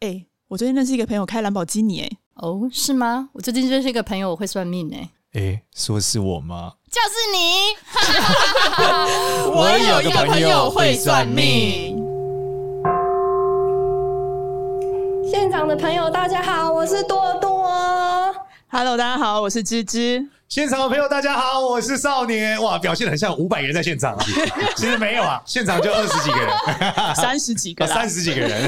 哎、我最近认识一个朋友开兰博基尼、哎，哦，是吗？我最近认识一个朋友，我会算命哎、诶，说是我吗？就是你。我有一个朋友会算命。现场的朋友，大家好，我是多多。 Hello，大家好，我是芝芝。现场的朋友，大家好，我是少年。哇，表现得很像五百人在现 场啊，其实没有啊，现场就二十几个 人，三十几个啦，啊三十几个人。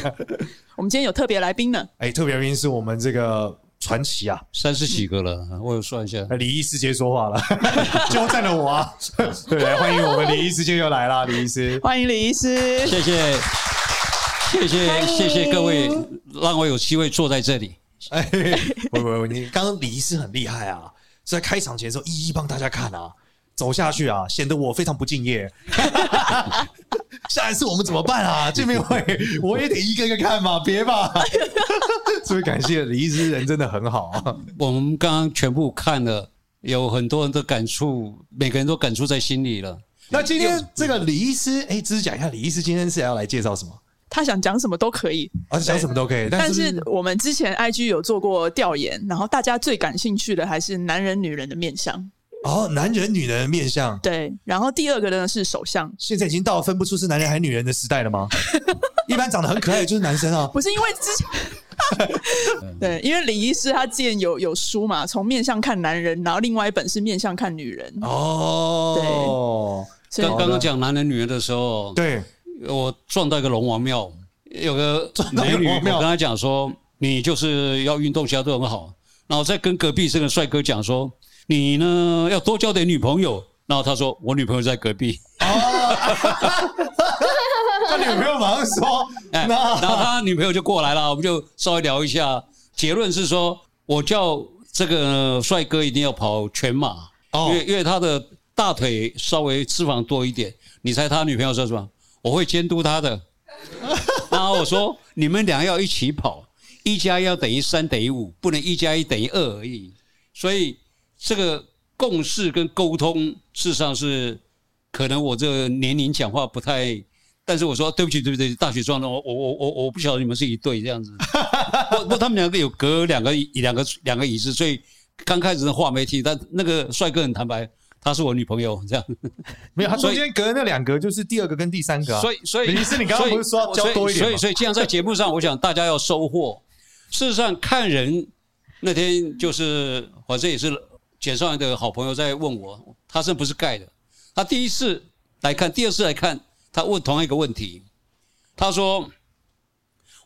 我们今天有特别来宾呢，哎、特别来宾是我们这个传奇啊，三十几个了，嗯我有算一下，李医师直接说话 了，鸠占了我啊。 对，来欢迎我们李医师今天又来啦，李医师。欢迎李医师。谢谢，谢谢，谢谢各位，让我有机会坐在这里。哎，喂喂喂，你刚刚李医师很厉害啊，是在开场前的时候一一帮大家看啊，走下去啊，显得我非常不敬业。 下一次我们怎么办啊？见面会我也得一个一个看嘛，别吧。 所以感谢李医师，人真的很好啊。我们刚刚全部看了，有很多人的感触，每个人都感触在心里了。那今天这个李医师，哎，只是讲一下李医师今天是要来介绍什么，他想讲什么都可以，而且讲什么都可以，但但是是我们之前 IG 有做过调研，然后大家最感兴趣的还是男人、女人的面相。哦，男人女人的面相。对，然后第二个呢是手相，现在已经到分不出是男人还是女人的时代了吗？ 一般长得很可爱的就是男生啊，不是因为之前。 对，因为李医师他之前有有书嘛，从面相看男人，然后另外一本是面相看女人，哦，所以刚刚刚讲男人女人的时候，对，我撞到一个龙王庙，有个到一个美女，龙我王庙跟她讲说，你就是要运动，其他都很好。然后再跟隔壁这个帅哥讲说，你呢要多交点女朋友。然后他说，我女朋友在隔壁。他女朋友马上说，哎，然那后他女朋友就过来了，我们就稍微聊一下。结论是说，我叫这个帅哥一定要跑全马，哦因为因为他的大腿稍微脂肪多一点。你猜他女朋友说什么？我会监督 他的。然后我说，你们俩要一起跑，一加一要等于三等于五，不能一加一等于二而已。所以这个共识跟沟通，事实上是可能我这个年龄讲话不太，但是我说对不起，对不起，大学撞了，我我我我我不晓得你们是一对这样子。不不，他们两个有隔两个两个两个椅子，所以刚开始的话没听，但那个帅哥很坦白，她是我女朋友这样。没有，他中所间隔的那两格就是第二个跟第三个啊，所以，所以李医师你刚刚不是说要教多一点吗所以，所以，所以这样在节目上，我想大家要收获。事实上，看人那天就是，反正也是简少人的好朋友在问我，他是不是盖的？他第一次来看，第二次来看，他问同样一个问题，他说：“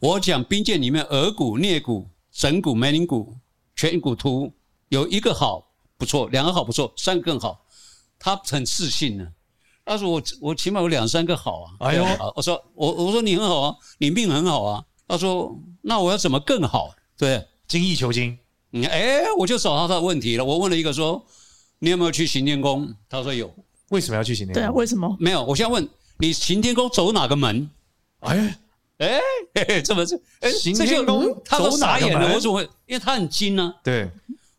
我讲兵谏里面额骨、颞骨、枕骨、眉棱骨、颧骨突有一个好不错，两个好不错，三个更好。”他很自信呢、他说我我起码有两三个好啊。哎呦啊我说我我说你很好啊，你命很好啊。他说那我要怎么更好？啊对，精益求精，嗯，哎，我就找到他的问题了。我问了一个说你有没有去行天宫？他说有，为什么要去行天？对啊，为什么？没有。我现在问你行天宫走哪个门？哎，哎，嘿嘿 这么是哎，行这天就宫嗯他都走哪傻个眼门了。我怎么会？因为他很精啊。对，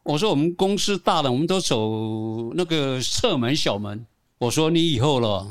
我说我们公司大了，我们都走那个侧门、小门。我说你以后了，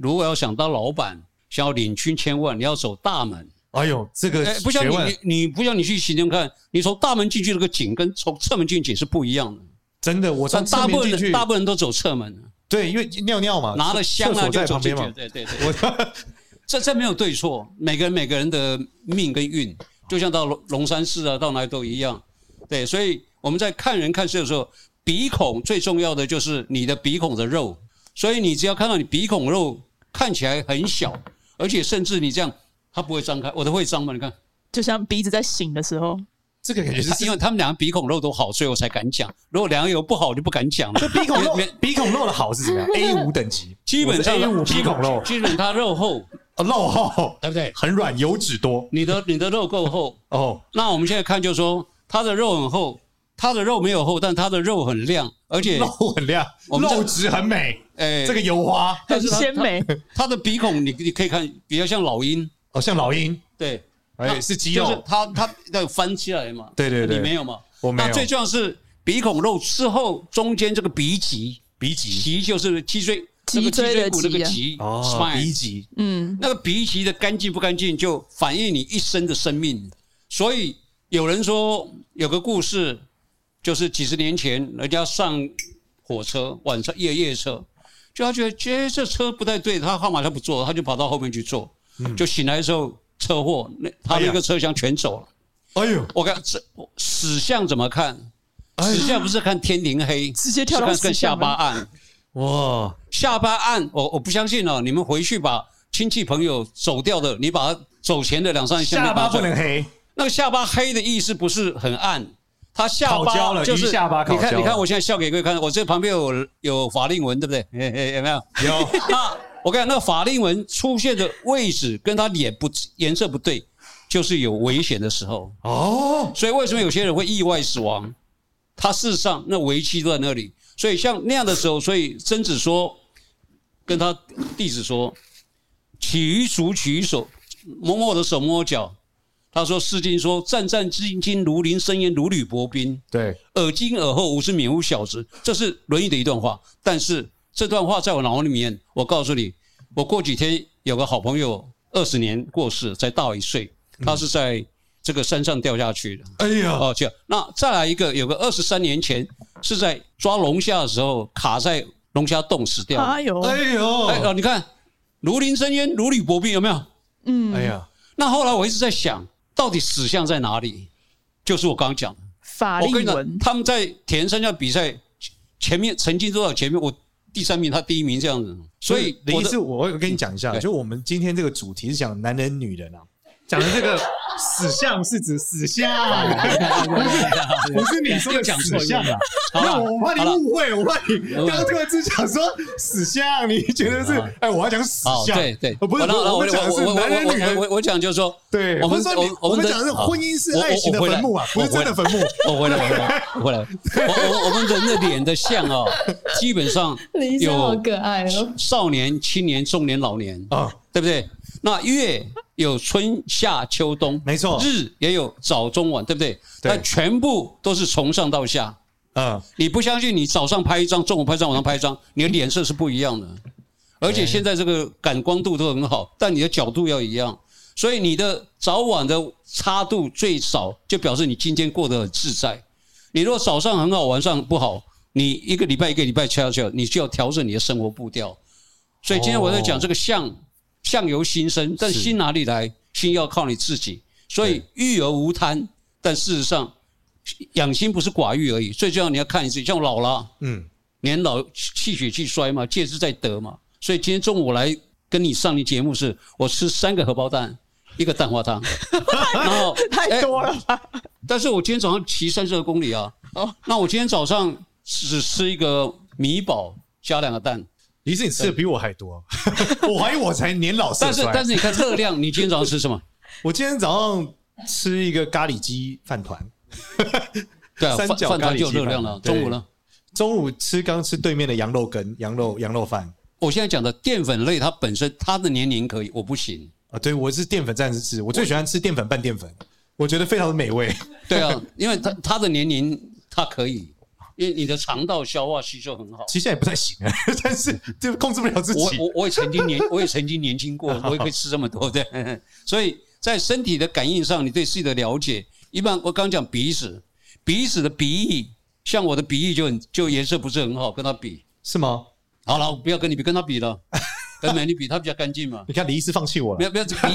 如果要想当老板，想要领军千万，你要走大门。哎呦，这个哎，不像学你问你你不像你去行天宫看，你从大门进去那个景跟从侧门进去是不一样的。真的，我从但大侧部面分进人去大，部分人都走侧门，对，因为尿尿嘛，拿了香厕啊所就在走旁进边去。嘛，对对对， 这这没有对错，每个人每个人的命跟运，就像到龙龙山寺啊，到哪里都一样。对，所以我们在看人看事的时候，鼻孔最重要的就是你的鼻孔的肉，所以你只要看到你鼻孔肉看起来很小，而且甚至你这样它不会张开，我都会张嘛，你看。就像鼻子在醒的时候， 这个感觉他因是为他们两个鼻孔肉都好，所以我才敢讲。如果两个有不好，我就不敢讲了。鼻孔肉因为，鼻孔肉的好是什么 样？A 五等级，基本上 A 五鼻孔肉，基本它肉厚，哦肉厚，对不对？很软，油脂多你的你的肉够厚，哦，那我们现在看就说它的肉很厚，它的肉没有厚，但它的肉很亮，而且肉很亮，我们这肉质很美，诶、这个油花很但是它鲜美。它的鼻孔你你可以看比较像老鹰，哦，像老鹰，对，哎，那是肌就是肉，它它要翻起来嘛。对对对你没有嘛？我没有那最重要是鼻孔肉之后中间这个鼻棘，鼻棘棘就是脊椎。脊啊那个椎脊的椎骨那个棘棘哦， ，spine 鼻棘嗯，那个鼻息的干净不干净，就反映你一生的生命。所以有人说有个故事，就是几十年前人家上火车，晚上夜夜车，就他觉得这这车不太对，他号码他不坐，他就跑到后面去坐，嗯就醒来的时候车祸，那他哎那呀个车厢全走了。哎呦，我看这死相怎么看？哎死相不是看天灵黑，直接跳到是看看死下相巴吗暗。哇，下巴案，我我不相信哦，你们回去把亲戚朋友走掉的，你把他走前的两三下面下巴拿出不来能黑，那个下巴黑的意思不是很暗，他下烤焦巴了就是鱼下巴烤你焦了看，你看，我现在笑给各位看，我这旁边有有法令纹，对不对？ 嘿嘿有没有？有。那我跟你讲，那个法令纹出现的位置跟他脸不颜色不对，就是有危险的时候。哦，所以为什么有些人会意外死亡？他事实上那危机都在那里。所以像那样的时候，所以曾子说，跟他弟子说：“起于足，起于手，摸摸我的手，摸我脚。”他说《诗经》说：“战战兢兢，如临深渊，如履薄冰。对，尔今尔后，吾之敏乎小时。”这是《论语》的一段话。但是这段话在我脑里面，我告诉你，我过几天有个好朋友，二十年过世，才大我一岁，他是在这个山上掉下去的。哎呀，哦，这样。那再来一个，有个二十三年前是在抓龙虾的时候卡在龙虾洞死掉了。哎呦，哎哎呦，哦，你看如临深渊，如履薄冰，有没有？嗯哎呀，那后来我一直在想，到底死相在哪里？就是我刚刚讲的，法我跟令你讲，纹，他们在田山下比赛前面曾经都在前面，我第三名，他第一名这样子，所以的我意的思，我我跟你讲一下，对就我们今天这个主题是讲男人女人啊，讲的这个死相是指死相，不是不是你说的死相啊。好啦那我怕好啦你误会，我怕你刚刚突然之间讲说死相，你觉得是哎，我要讲死哦，相，对对，哦不是，不是那我们讲的我是我男人女我我人，我我讲就是说，对，我们不是说你我我们的啊讲的是婚姻是爱情的我我我坟墓啊，回不来是真的坟墓。我回来，我回来，我回来。我我我们人的脸的像哦，基 本上李医生好有可爱哦。少年、青年、中年、老年，啊，对不对？那月有春夏秋冬，没错日也有早中晚，对不对？对但全部都是从上到下。嗯，你不相信？你早上拍一张，中午拍一张，晚上拍一张，你的脸色是不一样的。而且现在这个感光度都很好，但你的角度要一样，所以你的早晚的差度最少，就表示你今天过得很自在。你如果早上很好，晚上不好，你一个礼拜一个礼拜掐下去，你就要调整你的生活步调。所以今天我在讲这个相，相由心生，但心哪里来？心要靠你自己。所以欲而无贪，但事实上养心不是寡欲而已，最重要你要看你自己。像我老了，嗯，年老气血气衰嘛，戒之在得嘛。所以今天中午我来跟你上你节目是，我吃三个荷包蛋，一个蛋 花汤，然后哎太多了吧？但是我今天早上骑三十二公里啊，哦那我今天早上只吃一个米堡加两个蛋，李志，你吃的比我还多， 我怀疑我才年老色但是衰。但是你看热量，你今天早上吃什么？我今天早上吃一个咖喱鸡饭团，对啊，三饭角饭咖团喱就有鸡热量饭了。中午呢？中午吃刚吃对面的羊肉羹、羊肉羊肉饭我现在讲的淀粉类，它本身它的年龄可以，我不行。啊，对我是淀粉战士吃，我最喜欢吃淀粉拌淀粉，我觉得非常的美味。 对啊，因为它它的年龄它可以，因为你的肠道消化吸收很好。其实现在也不太行，啊 但是就控制不了自我己。我我也曾经年， 我也曾经年轻过，我也可以吃这么多，对。 所以在身体的感应上，你对自己的了解，一般我刚讲鼻屎，鼻屎的鼻翼，像我的鼻翼就很就颜色不是很好，跟他比，是吗？好了，我不要跟你比，跟他比了，跟美女比，他比较干净嘛。你看李医师放弃我没了，有没有，这鼻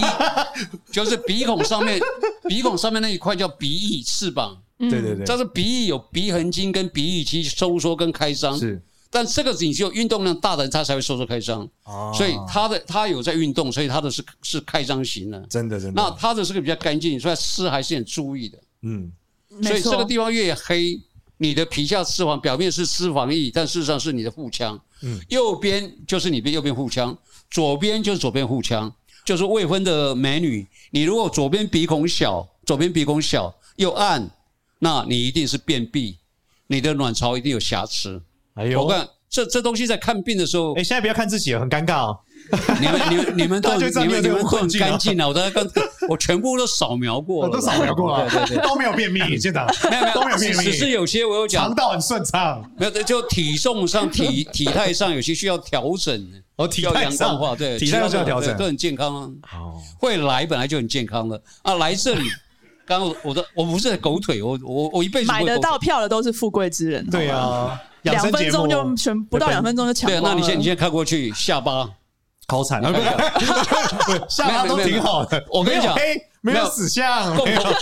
就是鼻孔上面，鼻孔上面那一块叫鼻翼翅膀，对对对，但是鼻翼有鼻横筋跟鼻翼肌收缩跟开张，是但这个你只有运动量大的人，他才会收缩开张。啊所以他的他有在运动，所以他的是是开张型的。啊真的真那的，他的是个比较干净，所以吃还是很注意的。嗯，所没以这错个，地方越黑，你的皮下脂肪表面是脂肪翼，但事实上是你的腹腔。嗯右边就是你的右边腹腔，左边就是左边腹腔。就是未婚的美女，你如果左边鼻孔小，左边鼻孔小又暗，那你一定是便秘，你的卵巢一定有瑕疵。哎我呦，看这这东西在看病的时候，哎，现在不要看自己了，很尴尬哦。你们、你们、你们都 大家就知道你你们、有你这们种都困很境啊干净了。我刚刚我全部都扫描过我 了，都扫描过了 对对， 对都没有便秘，现 场没有没有，都没有便只是秘，有些我有肠讲，道很顺畅。没有就体重上、体体态上有些需要调整，哦，体需要态阳光上化，对，体态上需要调对都整。很健康啊。哦， 会来本来就很健康的啊，来这里刚刚我的我不是狗腿，我我我一辈子不买会得狗腿到票的都是富贵之人。对好吧，啊，养两生节分钟目就全不到两分钟就抢哦对啊，那光你了现你现在看过去 下巴，好惨然后啊！看下巴都挺好的，我跟你讲没有黑没没有有死相，共没有同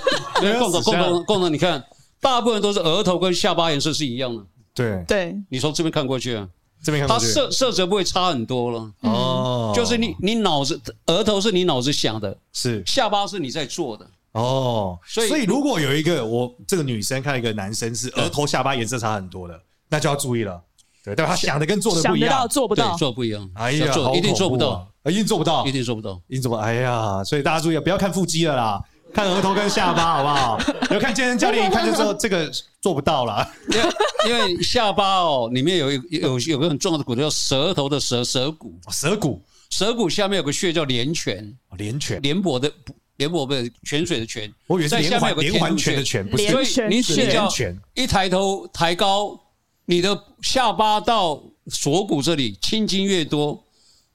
没有共同死共相同共同，你看大部分都是额头跟下巴颜色是一样的，对，对，你从这边看过去啊，这边看它过去色色泽不会差很多了。哦，嗯就是你，你脑子额头是你脑子想的，是下巴是你在做的，哦，所所以以如果有一个我这个女生看到一个男生是额头下巴颜色差很多的，那就要注意了，对，对吧？他想的跟做的想不一得到样，做不对到，做不一样，哎呀，做好一定恐做不怖到啊，，啊一定做不到一，定做不到。你怎么？哎呀，所以大家注意，啊，不要看腹肌了啦，看额头跟下巴好不好？有看健身教练一看就说这个做不到啦。因为 因为下巴哦，里面有一有有个很重要的骨头叫舌头的舌舌骨，哦舌骨、舌骨下面有个穴叫连泉，哦连拳，连脖的连脖不是泉水的泉，我以为是在连下面环有个连环拳的田拳，不是连所泉以你是只连要泉一抬头抬高，你的下巴到锁骨这里青筋越多，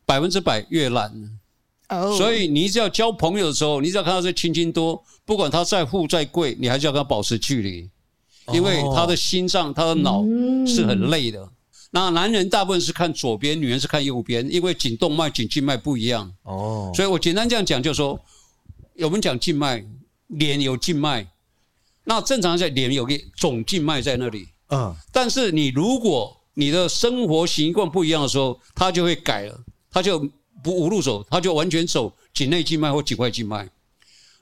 百分之百越懒。哦所以你只要交朋友的时候，你只要看到这青筋多，不管他再富再贵，你还是要跟他保持距离，因为他的心脏、他的脑是很累的。那男人大部分是看左边，女人是看右边，因为颈动脉、颈静脉不一样。哦，所以我简单这样讲，就是说，我们讲静脉，脸有静脉，那正常在脸有个总静脉在那里，嗯，但是你如果你的生活习惯不一样的时候，它就会改了，它就不无路走，它就完全走颈内静脉或颈外静脉。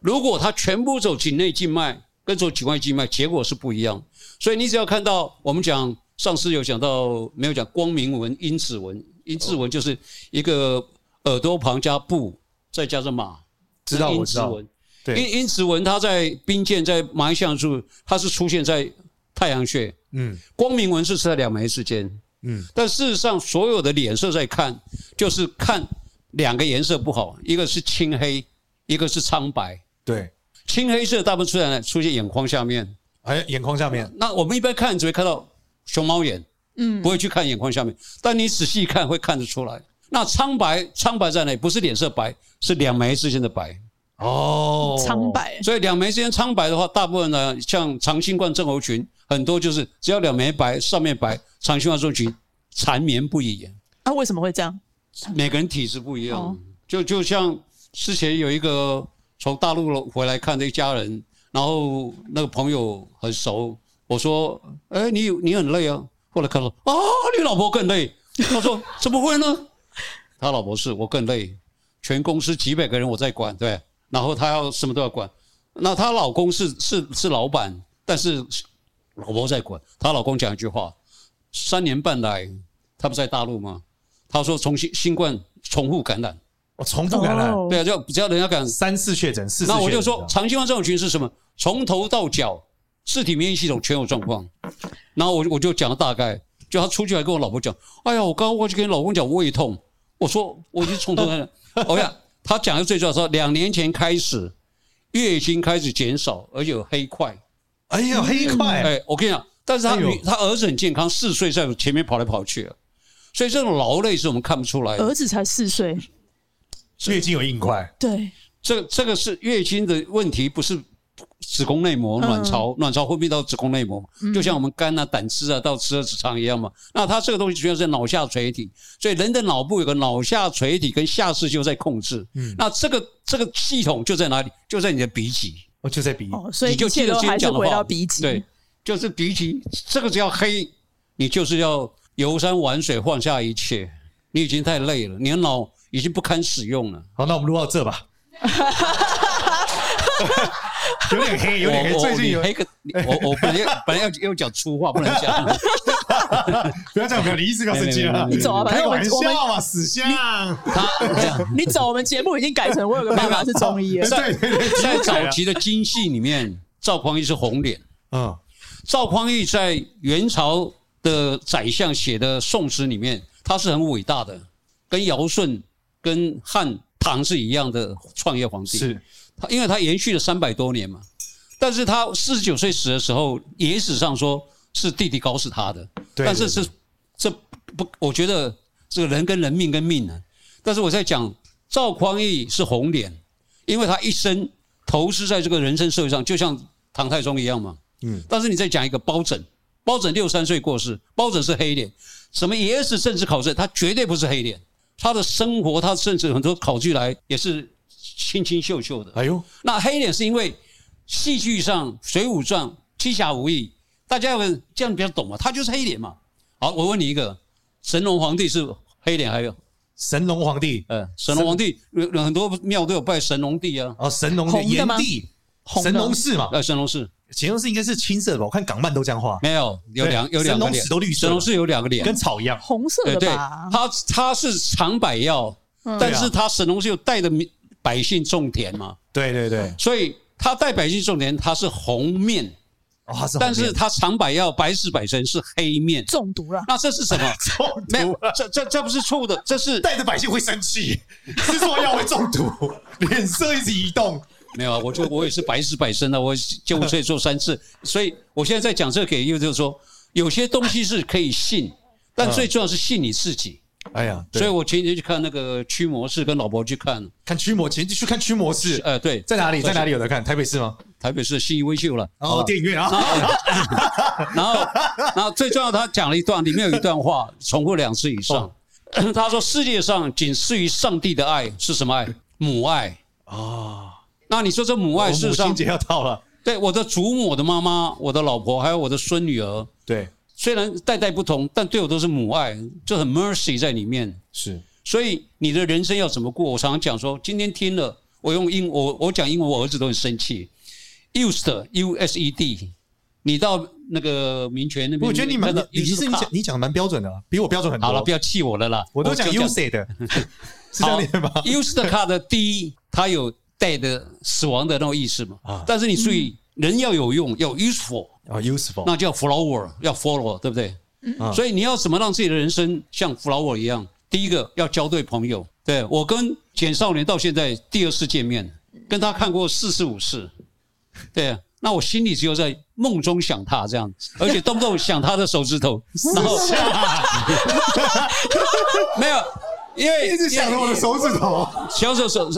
如果它全部走颈内静脉跟走颈外静脉，结果是不一样。所以你只要看到我们讲上次有讲到没有讲光明纹、因子纹，因子纹就是一个耳朵旁加布，再加上马，知道是我因知子道，纹。对，因因子纹它在兵谏在麻相处，它是出现在太阳穴。嗯光明纹是在两眉之间，嗯，但事实上所有的脸色在看，就是看两个颜色不好，一个是青黑，一个是苍白。对，青黑色大部分出现在出现眼眶下面，哎，眼眶下面那我们一般看只会看到熊猫眼，嗯，不会去看眼眶下面，但你仔细看会看得出来。那苍白，苍白在哪里？不是脸色白，是两眉之间的白。哦，苍，白，所以两眉之间苍白的话，大部分呢，像长新冠症候群，很多就是只要两眉白，上面白，长新冠症候群缠绵不已。啊，为什么会这样？每个人体质不一样，哦就就像之前有一个从大陆回来看的一家人，然后那个朋友很熟，我说：“哎，你你很累啊？”后来看到啊，你老婆更累。他说：“怎么会呢？”他老婆是我更累，全公司几百个人我在管，对，然后他要什么都要管。那她老公是是是老板，但是老婆在管。她老公讲一句话：三年半来，他不在大陆吗？他说从新新冠重复感染，我重复感染哦对啊，就只要人家感染，三次确诊，四次确诊，那我就说长新冠症候群是什么？从头到脚，自体免疫系统全有状况。然后我我就讲了大概，就他出去还跟我老婆讲：“哎呀，我刚刚过去跟老公讲胃痛。”我说我已经从头 到脚。我想他讲的最重要说，两年前开始月经开始减少，而且有黑块。哎呀，黑块，哎，我跟你讲，但是他哎呦女他儿子很健康，四岁在我前面跑来跑去，所以这种劳累是我们看不出来的。儿子才四岁，月经有硬块，对，这这个是月经的问题，不是子宫内膜嗯卵巢，卵巢分泌到子宫内膜嘛，就像我们肝啊、胆汁啊到十二指肠一样嘛。那它这个东西主要是脑下垂体，所以人的脑部有个脑下垂体跟下视丘在控制。嗯那这个这个系统就在哪里？就在你的鼻脊。我就在鼻，哦，所以你就一切记得都今还是天讲的回话到鼻级，对，就是鼻脊，这个只要黑，你就是要游山玩水，放下一切。你已经太累了，你的脑已经不堪使用了。好，那我们录到 这吧。 有点黑，有点黑。我最近你有，黑个，你我我本来要本来要要讲粗话，不能讲。不要这样，不要，你一直不要生气没了。没没没没你走啊反正开我玩们我们笑嘛，死相。他这样 你走，我们节目已经改成我有个爸爸是中医 了，对对对，在早期的京戏里面，赵匡胤是红脸。嗯，赵匡胤在元朝的宰相写的《宋词》里面，他是很伟大的，跟尧舜、跟汉唐是一样的创业皇帝。是他因为他延续了三百多年嘛。但是他四十九岁死的时候，野史上说是弟弟搞死他的，对但是是这不，我觉得这个人跟人命跟命啊。但是我在讲赵匡胤是红脸，因为他一生投资在这个人生社会上，就像唐太宗一样嘛。嗯嗯，但是你再讲一个包拯，包拯六三岁过世，包拯是黑脸，什么野史政治考证，他绝对不是黑脸，他的生活，他甚至很多考据来也是清清秀秀的。哎呦，那黑脸是因为戏剧上《水浒传》《七侠五义》，大家要问这样比较懂嘛？他就是黑脸嘛。好，我问你一个，神龙皇帝是黑脸还有？神龙皇帝呃，神龙皇帝有有很多庙都有拜神龙帝啊，哦，神龙红的炎吗帝，红的神龙氏嘛，呃，神龙是神龙氏应该是青色的吧？我看港漫都这样画，没有有对两有神两个龙脸死，都绿色神龙是有两个脸，跟草一样。红色对的对，吧？他他是长百药，但啊是他神龙是有带着民百姓种田嘛，对对对，所以他带百姓种田，他是红面，哦，他是红但是脸他长百药白死百神是黑面，中毒了，那这是 什么？中没毒有了，，这这这不是错的，这 是带着百姓会生气， 吃错药会中毒， 脸色一直移动。没有啊，我就我也是百试百身的，啊我九五岁做三次，所以我现在在讲这个给，因为就是说有些东西是可以信，但最重要是信你自己。哎呀，嗯对所以我前几天去看那个驱魔士，跟老婆去看，看驱魔，前去看驱魔是呃，对，在哪里？在哪里有的看？台北市吗？台北市信义威秀了。哦，电影院 啊，然后，然后最重要，他讲了一段，里面有一段话重复两次以哦上。 他说：“世界上仅次于上帝的爱是什么爱？母爱啊。那你说这母爱，我事哦母实亲上节要到了，对我的祖母、我的妈妈、我的老婆，还有我的孙女儿，对，虽然代代不同，但对我都是母爱，这很 mercy 在里面。是所以你的人生要怎么过？我常常讲说，今天听了，我用英我我讲英文，我儿子都很生气。Used U S E D，你到那个民权那边，我觉得你蛮看到，你是 used 你讲 car 你讲的蛮标准的啊，比我标准很多。好了，不要气我了啦，我都讲就 used 的，是这样念吗？ Used car 的第一，它有带的死亡的那种意思嘛。啊但是你注意，人要有用，要 useful。哦，useful，那叫 flower，要 follow，对不对？嗯所以你要怎么让自己的人生像 flower 一样？第一个要交对朋友，对我跟简少年到现在第二次见面，跟他看过四次五次，对。啊那我心里只有在梦中想他这样，而且动不动想他的手 指头，然后 没有，因为啊一直想着我的手指头。小手手，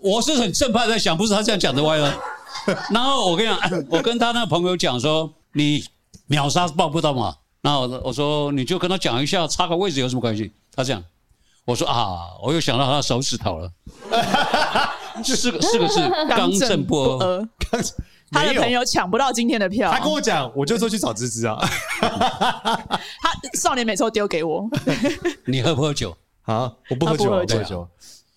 我是很正派在想，不是他这样讲的歪了。 然后我跟你讲， 我跟他那朋友讲说，你秒杀报不到嘛。然后我我说你就跟他讲一下，插个位置有什么关系？他这样，我说啊，我又想到他的手指 头了。四个四个 字，刚正不阿。阿，他没的有朋，友抢不到今天的票，他跟我讲，我就说去找芝芝啊。他少年每次都丢给我，你 喝不喝酒？啊，我不喝酒他不啊，我喝不酒喝酒。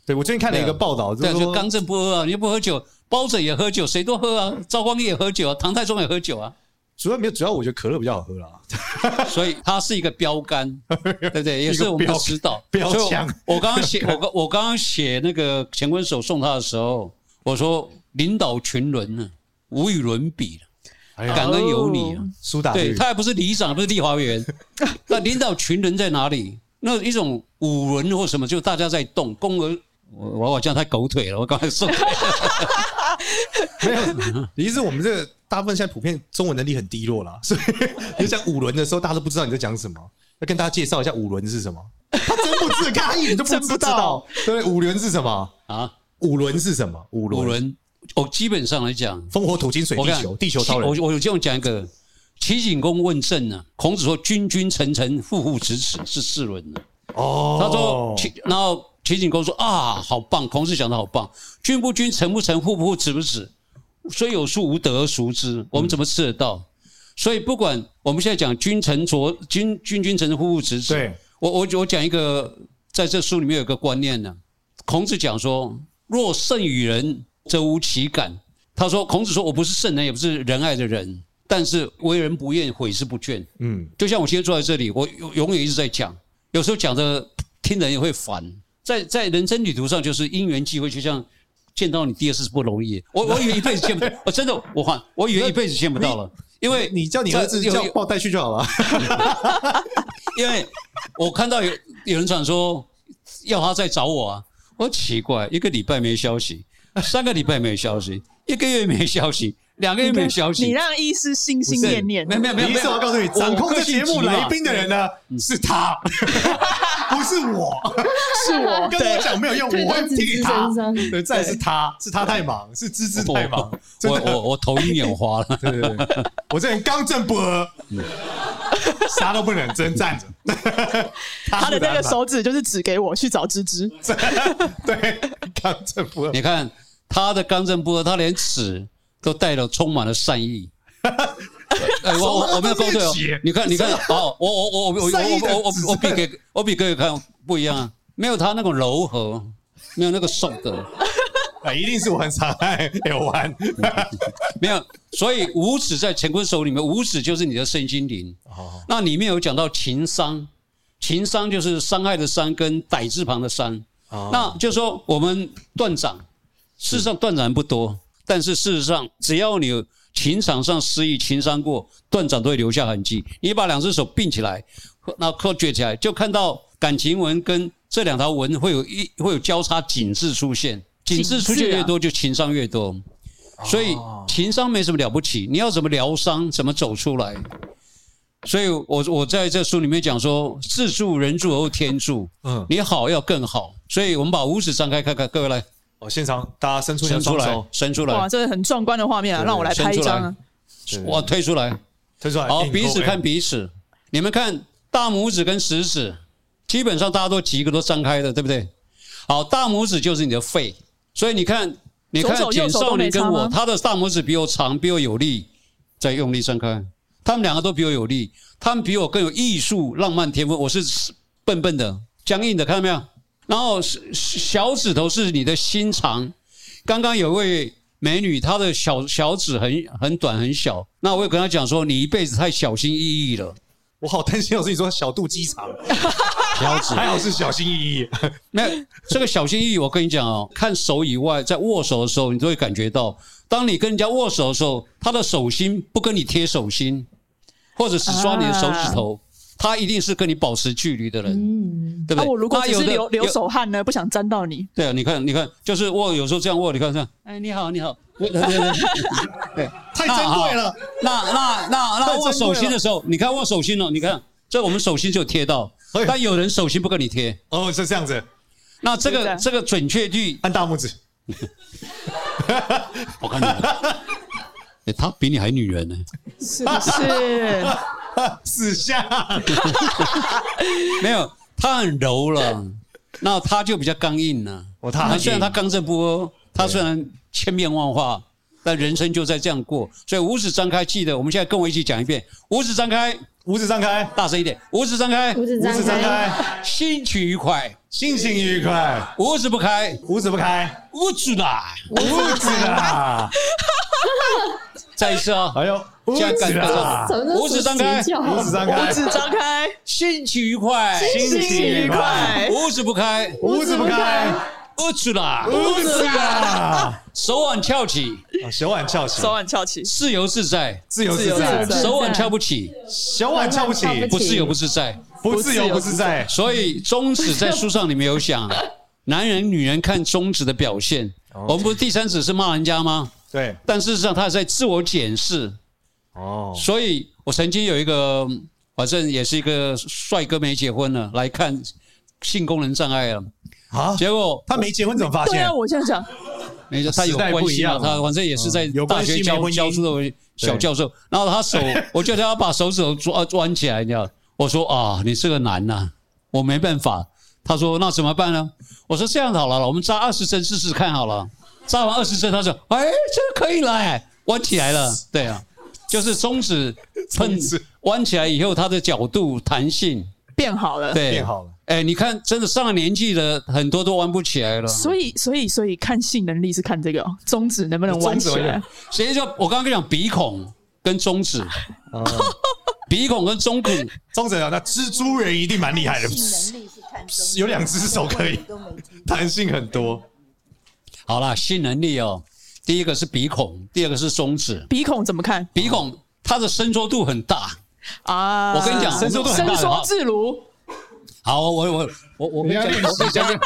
对我最近看了一个报道，就对啊，是就说刚正不阿啊！你又不喝酒，包拯也喝酒，谁都喝啊。赵光义也喝酒啊，唐太宗也喝酒啊。主要没有，主要我觉得可乐比较好喝啦。所以它是一个标杆， 对不对？也是我们的指导标所以我枪我刚刚 写我刚我刚刚写那个乾坤手送他的时候，我说领导群伦呢，无与伦比了，哎感呀，哦恩有你啊。苏打对绿，他也不是里长，也不是立法委 员，那领导群人在哪里？那一种五轮或什么，就大家在动，共而我我好像太狗腿了，我刚才说 没有，其实我们这个大部分现在普遍中文能力很低落啦，所以你讲五轮的时候，大家都不知道你在讲什么。要跟大家介绍一下五轮是什么，他真不知，他一眼就不真不知知道道。对，五轮是什么？啊，五轮是什么？五轮，五轮，我基本上来讲，风火土金水我地看球，地球超人我。我有这样讲一个，齐景公问政呢、孔子说君君臣臣父父子子是四伦呢、哦，他说齐，然后齐景公说啊，好棒，孔子讲的好棒，君不君，臣不臣，父不父，子不子，虽有数无德而俗之，我嗯们怎么吃得到？所以不管我们现在讲君臣佐君君君臣臣父父子子，对我我我讲一个，在这书里面有一个观念呢、孔子讲说，若圣与人，则无其感。他说，孔子说我不是圣人，也不是仁爱的人，但是为人不厌，悔之不倦。嗯，就像我今天坐在这里，我永永远一直在讲，有时候讲的听人也会烦。在在人生旅途上，就是因缘际会，就像见到你第二次是不容易。我我以为一辈子见不，我真的我换，我以为一辈子见不到了，因为你叫你儿子在有叫抱带去就好了。因为我看到有有人讲说要他再找我啊，我奇怪，一个礼拜没消息，三个礼拜没消息， 一个月没消息，两个月没消息，哦你让医师心心念念没有没有没有，没没有，有嗯我告诉你，掌控这节目来宾的人呢是他。 不是我，是我跟我讲没有用，我会芝贴给芝他身。上。对，再来是他，是他太忙，是芝芝太忙我。真我的我我头晕眼花 了。对对对，我这人刚正不阿，嗯啥都不能，只能站着。 他的那个安排手指就是指给我去找芝芝， 对，刚正不阿。你看他的刚正不阿，他连尺都带了充满了 善意。哎，我我我没有勾对手哦都是血，你看你看，哦，我我我我我善意的我我指责我比给我比各位看不一样啊，没有他那种柔和，没有那个瘦的，啊，一定是我很常爱 有玩。没有，所以五指在乾坤手里面，五指就是你的身心灵。哦，那里面有讲到情伤，情伤就是伤害的伤跟歹字旁的伤。 哦那就说我们断掌，事实上断掌不多，但是事实上只要你有情场上失意、情伤过，断掌都会留下痕迹。你把两只手并起来，那扣撅起来，就看到感情纹跟这两条纹会有一会有交叉紧致出现，紧致出现越多，就情伤越多。所以情商没什么了不起，你要怎么疗伤，怎么走出来。所以我，我在这书里面讲说，自助、人助和天助，嗯嗯，你好要更好。所以我们把五指张开看看，各位来哦，现场大家伸出你的伸出双来手，，伸出哇，来，这是很壮观的画面啊！对让我来拍一张啊！对哇，，推出来，推出来，好，硬哦哎彼此扣看彼此。你们看大拇指跟食指，基本上大家都几个都张开的，对不对？好，大拇指就是你的肺，所以你看，你看左手右简手都少没年跟差我，吗他的大拇指比我长，比我有力，再用力张开，他们两个都比我有力，他们比我更有艺术浪漫天分，我是笨笨的、僵硬的，看到没有？然后是是小指头是你的心肠，刚刚有位美女，她的小小指很很短很小，那我有跟她讲说，你一辈子太小心翼翼了。我好担心，我是你说小肚鸡肠，小指还好是小心翼翼。没有这个小心翼翼，我跟你讲 哦，看手以外，在握手的时候，你都会感觉到，当你跟人家握手的时候，他的手心不跟你贴手心，或者是抓你的手指头，他一定是跟你保持距离的人，对不啊，对？我如果那只是有的流流有手汗呢，不想沾到你，对啊，你看，你看，就是握，有时候这样握，你看这样，哎，你好，你 好，对对对对，太珍贵了。那那那那握手心的时候，你看握手心哦，你看这我们手心就贴到哎呦，但有人手心不跟你贴，哦，是这样子，那这对个对这个准确率，按大拇指。 我 看你，哎，他比你还女人呢，是不 是？四下，没有，他很柔了，那他就比较刚硬了。哦他很硬虽然他刚正不阿，他虽然千变万化，但人生就在这样过。所以五指张开，记得我们现在跟我一起讲一遍，五指张开，五指张开，大声一点，五指张开，五指五张指张开，开，心情愉快。心情愉快，五指不开，五指不开，五指啦！五指啦，再一次啊、 哎呦，五这样指感觉啦到，手都五指张开邪教五指张五开，指张开，心情愉快，心情愉快，快，五指不开，五指不开，五指啦！五指啦，手腕翘起，啊小碗翘起，手腕翘起，自由自在；自由自自由在自，在手腕翘不起，小碗翘不起，不自由不自在。不自由不自在，所以中指在书上里面有讲，男人女人看中指的表现。我们不是第三指是骂人家吗？对，但事实上，他是在自我检视。哦，所以我曾经有一个，反正也是一个帅哥没结婚了，来看性功能障碍了。啊，结果他没结婚怎么发对现啊，？我这样讲，没错，他时有代不关一系样啊，啊他反正也是在嗯有大关学系没教婚姻教书的小教授，然后 他手，我叫他把手指头抓弯起来，你知道？我说啊，你这个难呐、我没办法。他说那怎么办呢？我说这样好了，我们扎二十针试试看好了。扎完二十针，他说哎，这个可以了、哎，弯起来了。对啊，就是中指碰中指弯起来以后，它的角度弹性变好了。对变好了。哎，你看，真的上了年纪的很多都弯不起来了。所以，所以，所以，看性能力是看这个哦中指能不能弯起中指来弯。谁叫我刚刚跟你讲鼻孔跟中指，鼻孔跟中指，中指啊，那蜘蛛人一定蛮厉害的，能力是看中有两只手可以，都没听弹性很多。好啦，性能力哦，第一个是鼻孔，第二个是中指。鼻孔怎么看鼻孔它的伸缩度很大，啊？我跟你讲伸缩伸缩度很大的哈自如，好，我我我我我跟你讲，我跟你讲，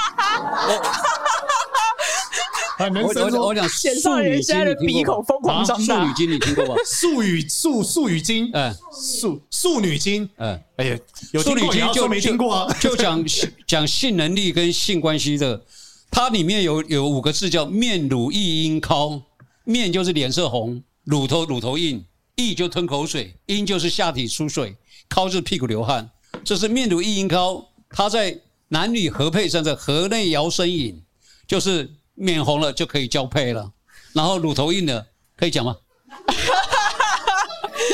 很能我伸我缩我讲显术上语人经，家的你鼻听孔过吗疯狂啊张大术语经你听过吧？素语素素语经，嗯素素女经，嗯，哎呀，有淑听女过也经要说就没听过啊。就讲 讲性能力跟性关系的，它里面有有五个字叫面乳易阴尻，面就是脸色红，乳头乳头硬，易就吞口水，阴就是下体出水，尻就是屁股流汗，这是面乳易阴尻。它在男女合配上的河内摇身饮，就是面红了就可以交配了，然后乳头硬了可以讲吗？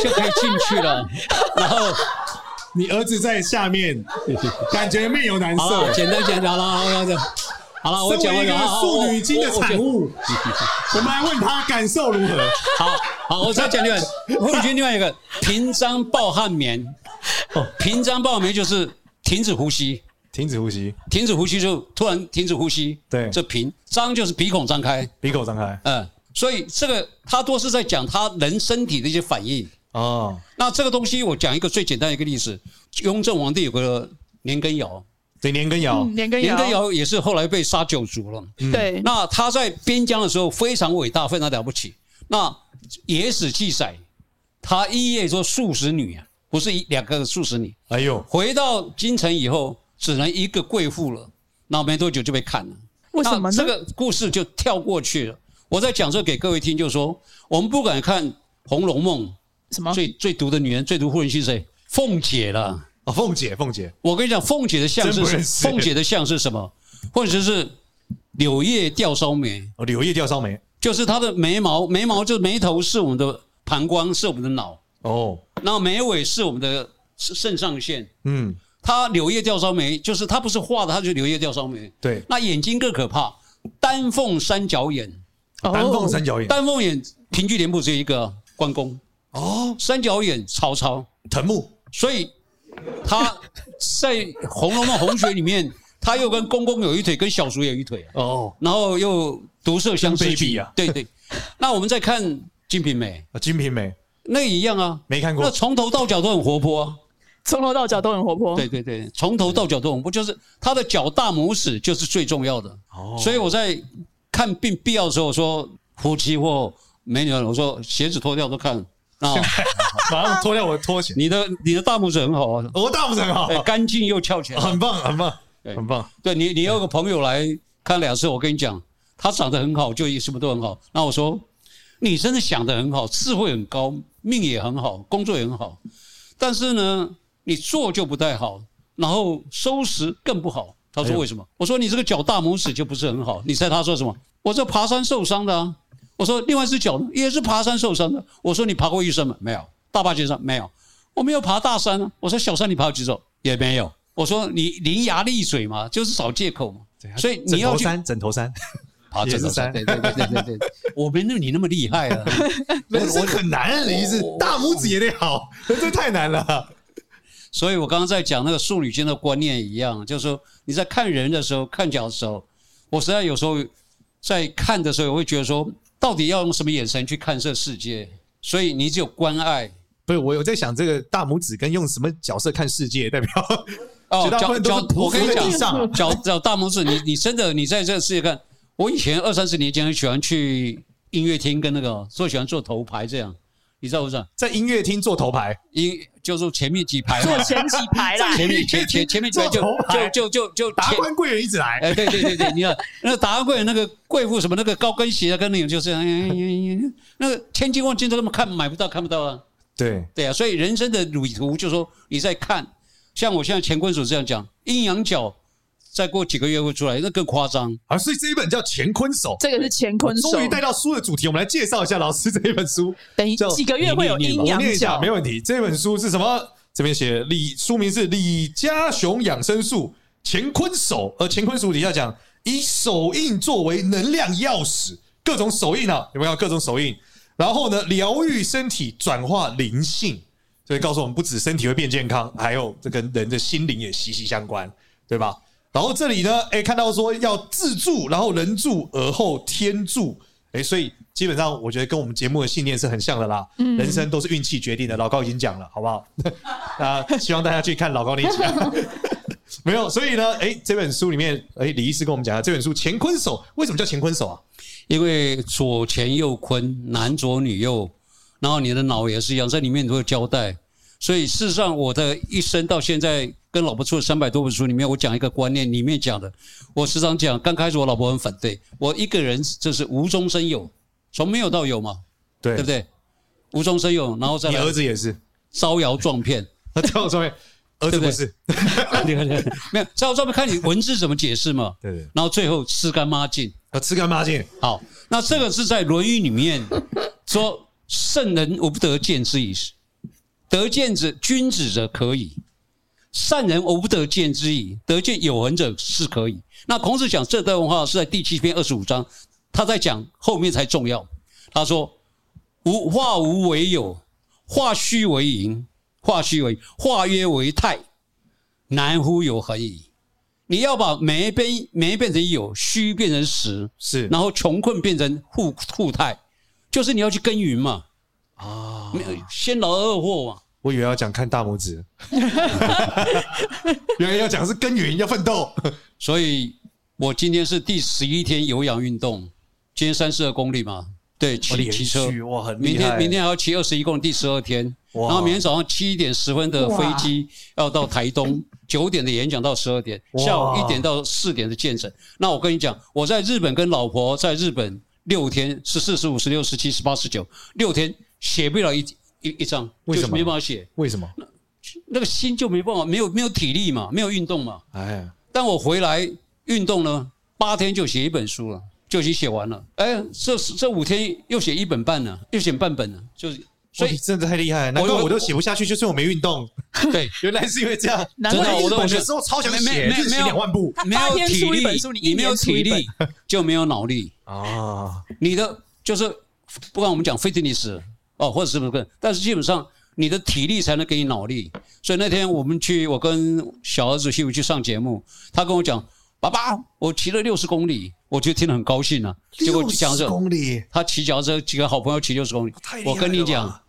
就可以进去了，然后。你儿子在下 面，感觉面有难好啊了，色。简单简单，好了好了好了，好了，啊我身讲为完一个了。素女经的产我我物， 我们来问他感受如何？好好，我再讲另外，我女经另外一个平章抱汗眠。哦平章抱汗眠就是停止呼吸，停止呼吸，停止呼吸就突然停止呼吸。对这平张就是鼻孔张开，鼻口张开嗯，所以这个他多是在讲他人身体的一些反应。哦，那这个东西我讲一个最简单的一个例子，雍正皇帝有个年羹尧，对，年羹尧嗯，年羹年羹尧，尧也是后来被杀九族了。对，那他在边疆的时候非常伟大，非常了不起。那野史记载，他一夜做数十女啊，不是一两个数十女。哎呦，回到京城以后，只能一个贵妇了，那没多久就被砍了。为什么呢？那这个故事就跳过去了。我在讲这个给各位听，就是说我们不敢看《红楼梦什么》，？最最毒的女人，最毒妇人心谁？凤姐了。哦，凤姐，凤姐，我跟你讲，凤姐的像真不是认识凤姐的像是什么？或者是柳叶吊梢眉。哦，柳叶吊梢眉，就是她的眉毛，眉毛就是眉头是我们的膀胱，是我们的脑，哦，然后眉尾是我们的肾肾上腺。嗯，她柳叶吊梢眉，就是她不是画的，她就柳叶吊梢眉。对，那眼睛更可怕，丹凤三角眼，哦丹凤三角眼，丹凤眼平均脸部只有一个关公，哦，三角眼曹操，藤木，所以她在《红楼梦》红学里面，她又跟公公有一腿，跟小叔有一腿啊，哦，然后又毒色相思跟曲 baby 啊对对。那我们再看《金瓶梅》。啊金瓶梅那一样啊，没看 那过，从头到脚都很活泼啊。从头到脚都很活泼。对对对，从头到脚都很活泼，就是他的脚大拇指就是最重要的。哦所以我在看病必要的时候说夫妻或美女，我说鞋子脱掉都看 啊，马上脱掉我的拖鞋，你的你的大拇指很好啊，我大拇指很好，哎干净又翘起来。很棒，很棒，对很棒，对你，你有个朋友来看两次，我跟你讲，他长得很好，就什么都很好。那我说，你真的想得很好，智慧很高，命也很好，工作也很好，但是呢，你做就不太好，然后收拾更不好。他哎说呦为什么？我说你这个脚大拇指就不是很好。你猜他说什么？我这爬山受伤的啊。我说另外一只脚呢也是爬山受伤的。我说你爬过玉山吗？没有。大坝尖山没有。我没有爬大山啊。我说小山你爬过几次？也没有。我说你伶牙俐嘴嘛，就是找借口嘛。所以你要啊枕头去山，枕头山，爬也这是个山对对对对 对对，我没那你那么厉害啊。人生很难啊，李医师，大拇指也得好，人生太难了，所以我刚刚在讲那个淑女间的观念一样，就是说你在看人的时候、看脚的时候，我实在有时候在看的时候，我会觉得说，到底要用什么眼神去看这世界？所以你只有关爱不是，我有在想这个大拇指跟用什么角色看世界代表，哦，绝大部脚分都脚是，匍我跟匐你在讲地，上啊，脚脚大拇指，你你真的你在这个世界看，我以前二三十年前很喜欢去音乐厅跟那个，所以喜欢做头牌这样，你知道不知道？在音乐厅做头牌，因就是前面几排嘛，坐前几排啦，前面 前前前面几排就做头牌就就就就达前官贵人一直来，哎，对对对对，你看那个达安贵那个贵妇什么那个高跟鞋啊，跟那种就是，哎哎哎哎那个千金万金都那么看买不到看不到啊，对，对啊，所以人生的旅途就说你在看，像我现在乾坤所这样讲，阴阳角再过几个月会出来，那更夸张。啊，所以这一本叫《乾坤手》。这个是乾坤手终于。带到书的主题，我们来介绍一下老师这一本书。等于叫几个月会有 阴我阳念一下，角没，问题。这本书是什么？这边写李，书名是《李家雄养生术乾坤手》，呃而乾坤手底下讲以手印作为能量钥匙，各种手印啊，有没有各种手印？然后呢，疗愈身体，转化灵性，所以告诉我们，不止身体会变健康，还有这跟人的心灵也息息相关，对吧？然后这里呢，哎，看到说要自助，然后人助而后天助，哎，所以基本上我觉得跟我们节目的信念是很像的啦。人生都是运气决定的，老高已经讲了，好不 好？那希望大家去看老高那一集 啊。没有，所以呢，哎，这本书里面，哎，李医师跟我们讲啊，这本书《乾坤手》为什么叫乾坤手啊？因为左乾右坤，男左女右，然后你的脑也是一样，在里面你会有交代。所以事实上，我的一生到现在跟老婆出了三百多本书里面，我讲一个观念，里面讲的，我时常讲，刚开始我老婆很反对，我一个人就是无中生有，从没有到有嘛，对对不？对？无中生有，然后再你来儿子也是， 招摇撞骗。他这样说，儿子不是，没有，在我上面看你文字怎么解释嘛。对对然后最后吃干抹净。要吃干抹净，好，那这个是在《论语》里面说“圣人无不得见之矣，得见者君子者可矣；善人无不得见之矣，得见有恒者是可矣。”那孔子讲这段话是在第七篇二十五章，他在讲后面才重要。他说：“无化无为有，化虚为盈，化虚为化曰为泰，难乎有恒矣。”你要把没变没变成有，虚变成实，是然后穷困变成富富态，就是你要去耕耘嘛，啊没有先劳而获嘛。我以为要讲看大拇指， 原来要讲是耕耘，要奋斗。所以我今天是第十一天有氧运动，今天三十二公里嘛，对，哦骑连骑车续，哇很厉害明天明天还要骑二十一公里，第十二天，哇然后明天早上七点十分的飞机要到台东，九点的演讲到十二点，哇下午一点到四点的见诊。那我跟你讲，我在日本跟老婆在日本六天，十四、十五、十六、十七、十八、十九，六天写不了一一一张，为就是什么没办法写？为什么？那个心就没办法，没有没有体力嘛，没有运动嘛。哎，但我回来运动呢，八天就写一本书了，就已经写完了。哎，这这五天又写一本半了，又写半本了，就是所所以以真的太厉害了，难怪我我都写不下去，就是我没运动。对，原来是因为这样， 难怪真的我都我的时候超想没写，没没日写没有两万步他没八有天体出一力本书你，一你没有年出体一力就没有脑力，啊！你的就是不管我们讲 fitness 哦，或者是不是，但是基本上你的体力才能给你脑力。所以那天我们去，我跟小儿子西武去上节目，他跟我讲：“爸爸，我骑了六十公里。”我就听得很高兴啊。结果讲60这公里，他骑脚踏车，几个好朋友骑六十公里太厉。害我跟你了吧讲，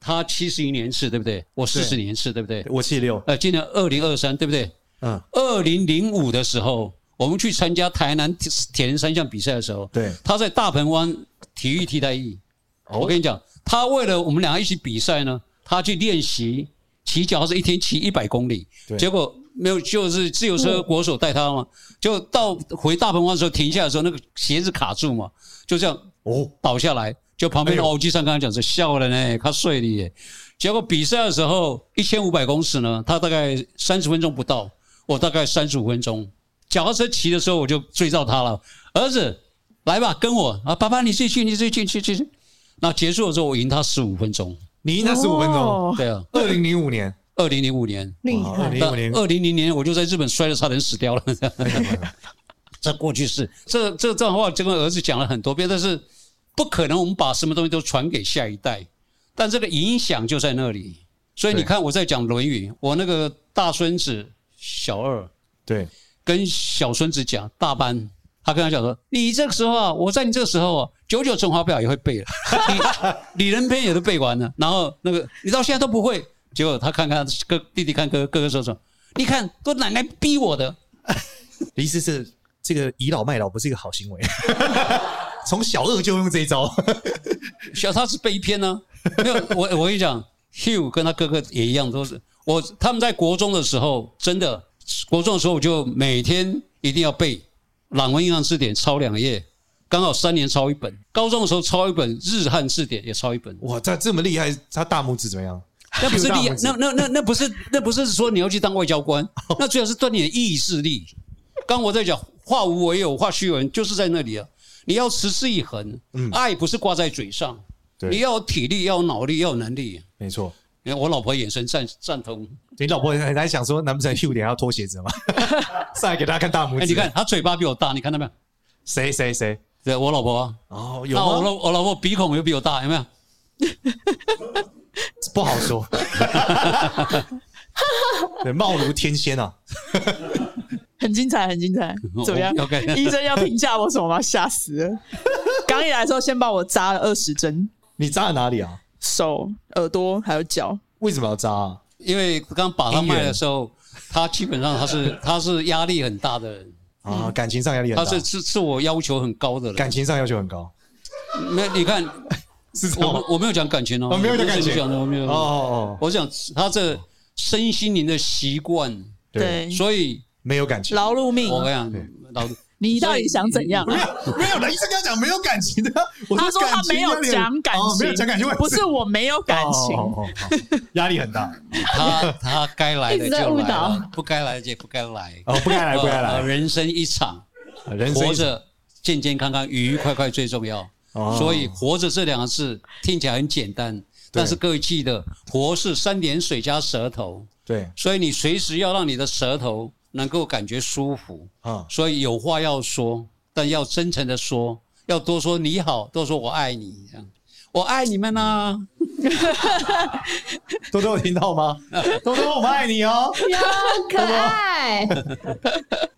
他七十一年次，对不对？我四十年次，对不对？我七六，呃，今年二零二三，对不对？嗯，二零零五的时候，我们去参加台南铁人三项比赛的时候，对他在大鹏湾体育替代役。哦我跟你讲，他为了我们俩一起比赛呢，他去练习骑脚踏车，一天骑一百公里对，结果没有，就是自由车国手带他嘛，就到回大鹏湾的时候停下来的时候，那个鞋子卡住嘛，就这样哦，倒下来，就旁边的哎呦欧机上跟他讲是笑了呢，他睡了耶。结果比赛的时候，一千五百公尺呢，他大概三十分钟不到，我大概三十五分钟。脚踏车骑的时候，我就追到他了，儿子，来吧，跟我啊，爸爸你自己去，你自己去，去去去。那结束的时候，我赢他十五分钟。你赢他十五分钟。哦对啊，二零零五年，二零零五年，啊厉二害，零零五年，二零零年我就在日本摔得差点死 掉了。这过去式，这这这段话就跟儿子讲了很多遍，但是不可能我们把什么东西都传给下一代，但这个影响就在那里。所以你对看我在讲《论语》，我那个大孙子小二对，跟小孙子讲大班。他跟他讲说：“你这个时候啊，我在你这个时候啊，九九乘法表也会背了， 你李仁篇也都背完了，然后那个你到现在都不会。”结果他看看哥弟弟看哥哥哥说说：“你看，都奶奶逼我的。”意思是这个倚老卖老不是一个好行为，从小恶就用这一招。小他是被骗呢、没有，我我跟你讲，Hugh 跟他哥哥也一样，都是我他们在国中的时候，真的国中的时候，我就每天一定要背《朗文阴阳字典》抄两页，刚好三年抄一本。高中的时候抄一本《日汉字典》，也抄一本。 哇，他这么厉害，他大拇指怎么样？ 那不是厉害大拇，指那那那那不是那不是说你要去当外 交官，那主要是锻炼意志力。刚我在讲化无为有，化虚为有，就是在那里啊。你要持之以恒，爱不是挂在嘴上，嗯对你要有体力，要有脑力，要有能力。没错。你看我老婆眼神赞赞同，你老婆很在想说，难不成屁股点要脱鞋子 吗？上来给大家看大拇哎，指。你看她嘴巴比我大，你看到没有？谁谁谁？对我老婆啊，哦，那我有吗？老我老婆鼻孔又比我大，有没有？不好 说。对，貌如天仙啊！很精彩，很精彩，怎么样 OK 医生要评价我什么吗？吓死了！刚一来的时候，先帮我扎了二十针，你扎了哪里啊？手、耳朵还有脚。为什么要扎、啊？ 因为刚把她卖的时候，她基本上她是她是压力很大的人，嗯啊，感情上压力很他大，是自自我要求很高的人。感情上要求很高。没，你看， 是这样吗我我没有讲感情哦，哦没有讲感情我讲的，我没有哦。哦，哦我讲他这身心灵的习惯，对，所以没有感情，劳碌命，我跟你讲对，老你到底想怎样？没有了，医生跟他讲没有感情的。我他说他没有讲感哦情，没有讲感情，我也不是我没有感情，哦哦哦压力很大。他 他该来的一直就在误来导了，不该来的就不该来。哦，哦不该来，不该 呃来，人生一场，人生活着健健康康、愉愉快快最重要。哦所以“活着”这两个字听起来很简单，但是各位记得，“活”是三点水加舌头，对，所以你随时要让你的舌头能够感觉舒服。啊，所以有话要说，但要真诚的说，要多说你好，多说我爱你，这样我爱你们啊！多多有听到吗？多多，我们爱你哦。有可爱，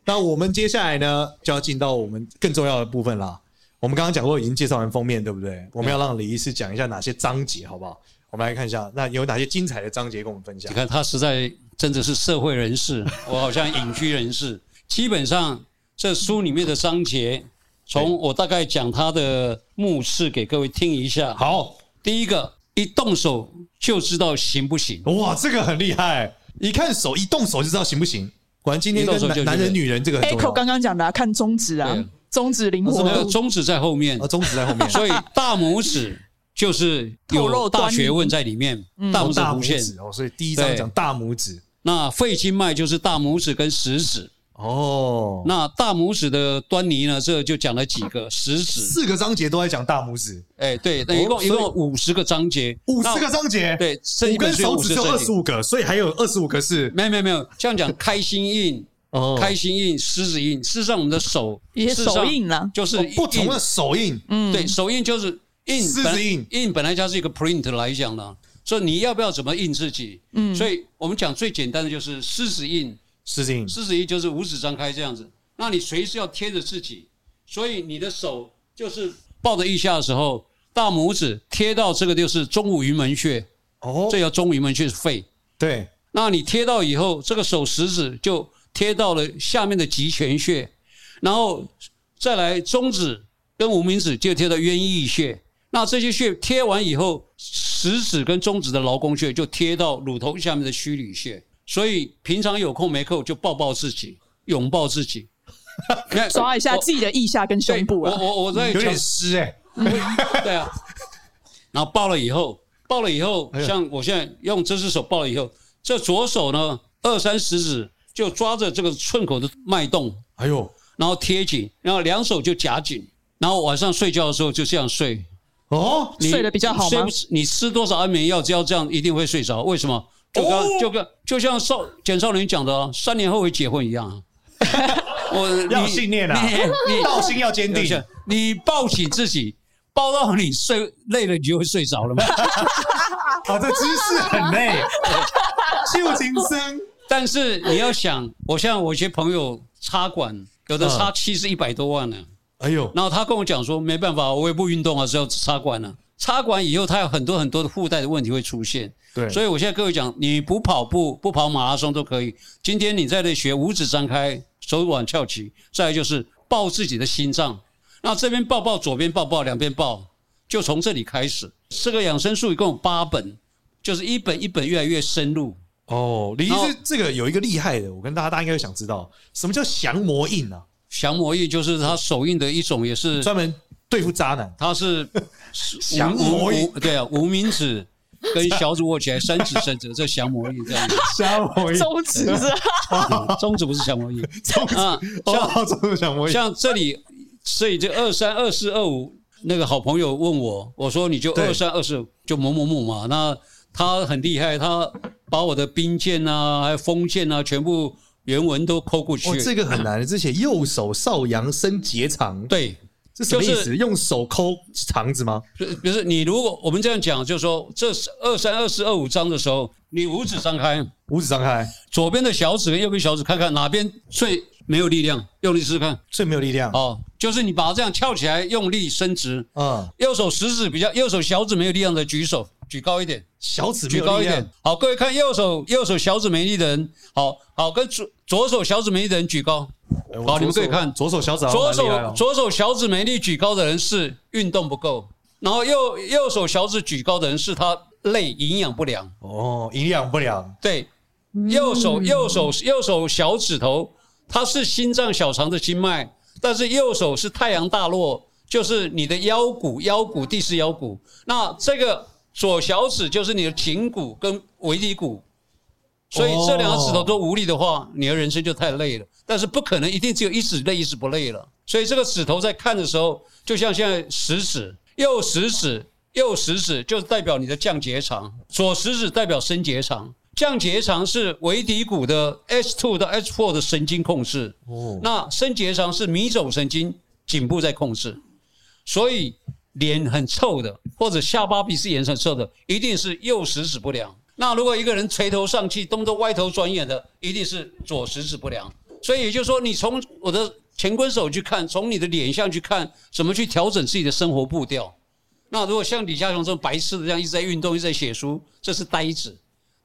那我们接下来呢，就要进到我们更重要的部分啦。我们刚刚讲过，已经介绍完封面，对不对？我们要让李医师讲一下哪些章节，好不好？我们来看一下，那有哪些精彩的章节跟我们分享你？看他实在真的是社会人 士，我好像隐居人士。基本上这书里面的章节，从我大概讲他的目次给各位听一下。，好，第一个一动手就知道行不行。哇，这个很厉害，一看手一动手就知道行不行。果然今天一动手跟就男男觉得人、女人这个很 Echo 重刚要。刚讲的、啊，看中指啊对，中指灵活那个度，中指在后面啊，，中指在后面，所以大拇指就是 透有露大端倪学问在里面，嗯大拇指大弧拇线。指哦，所以第一章讲大拇指那肺经脉就是大拇指跟食指。哦，那大拇指的端倪呢？这就讲了几个食指。四个章节都在讲大拇指，哎，对，那一哦共一所以共五十个章节，五那十个章节，对，这一五根本书手有指50就二章十节。五个，所以还有二十五个是没有没有没有，这样讲开心印、哦开心印、狮子印，事实上我们的手也事实上手印啦就是哦不同的印手印，嗯，对，手印就是印，狮子本来印印本来就是一个 print 来讲呢，所以你要不要怎么印自己？嗯，所以我们讲最简单的就是狮子印，狮子印四十一就是五指张开这样子，那你随时要贴着自己，所以你的手就是抱着腋下的时候，大拇指贴到这个就是中午云门穴，哦这叫中午云门穴是肺。对，那你贴到以后，这个手食指就贴到了下面的极泉穴，然后再来中指跟无名指就贴到渊翼穴。那这些穴贴完以后，食指跟中指的劳宫穴就贴到乳头下面的虚履穴。所以平常有空没空就抱抱自己，拥抱 自己，你看抓一下自己的腋下跟胸部我啊，我我在有讲点湿哎， 对啊，然后抱了以后，抱了以后，哎像我现在用这只手抱了以后，这左手呢，二三十指就抓着这个寸口的脉动，哎呦然后贴紧，然后两手就夹紧，然后晚上睡觉的时候就这样睡。哦，你睡得比较好睡吗不？你吃多少安眠药，只要这样一定会睡着。为什么？就跟、哦就跟就像少简少年讲的、啊，三年后会结婚 一样啊。我要有你信念啊你你道心要坚等一定下，，你抱起自己，抱到你睡累了，你就会睡着了嘛。好，这姿势很 累，旧情深，但是你要想，我像我一些朋友插管，有的插七是一百多万呢、哎呦，然后他跟我讲说，没办法，我也不运动啊，是要插管呢、插管以后，他有很多很多的附带的问题会出现。对所以我现在跟各位讲，你不跑步、不跑马拉松都可以。今天你在那学五指张开、手腕翘起，再来就是抱自己的心脏。那这边抱抱，左边抱抱，两边抱，就从这里开始。这个养生术一共有八本，就是一本一本越来越深入。哦，李医然后师这个有一个厉害的，我跟大家大家应该会想知道，什么叫降魔印啊？降魔印就是他手印的一种，也是专门对付渣 男，他是 降无魔印无对啊，无名指跟小指握起来，三指伸直，这降魔印 这样子。降魔 印，中指是吧中指不是降魔印啊，像哦，这种降魔印，像这里，所以这二三、二四、二五那个好朋友问我，我说你就对二三、二四就某某某嘛，那他很厉害，他把我的兵剑啊，还有锋剑啊，全部原文都抠过去哦，。这个很 难的，这写右手少阳生结肠，对，这什么意就思？用手抠肠子吗？不是不是你如果我们这样讲，就是说这是二三、二四、二五章的时候，你五指张开，五指张开，左边的小指跟右边小指看看哪边最没有力量，用力试试看。最没有力量。哦，就是你把它这样翘起来，用力伸直。嗯，右手食指比较，右手小指没有力量的举手，举高一点，小指没举有高力一量点。。好，各位看右手，右手小指没力的人，好好跟左左手小指没力的人举高。哎我好，你们左手可以看左手小指好像左蛮厉害手哦，左手小指没力举高的人是运动不够，然后右右手小指举高的人是他累营养不良。哦，营养不良，对，右手右手右手小指头，它是心脏小肠的经脉，但是右手是太阳大络，就是你的腰骨，腰骨第四腰骨。那这个左小指就是你的颈骨跟尾骶骨，所以这两个指头都无力的话，你的人生就太累了。但是不可能一定只有一指累，一指不累了。所以这个指头在看的时候，就像现在食指、右食指、右食指就代表你的降结肠，左食指代表升结肠。降结肠是尾骶骨的 S two 到 S four 的神经控制，哦，那升结肠是迷走神经颈部在控制，所以脸很臭的或者下巴鼻是颜色很臭的，一定是右食指不良。那如果一个人垂头丧气、动不动歪头转眼的，一定是左食指不良。所以也就是说，你从我的乾坤手去看，从你的脸相去看，怎么去调整自己的生活步调。那如果像李嘉雄这种白痴的这样一直在运动、一直在写书，这是呆子。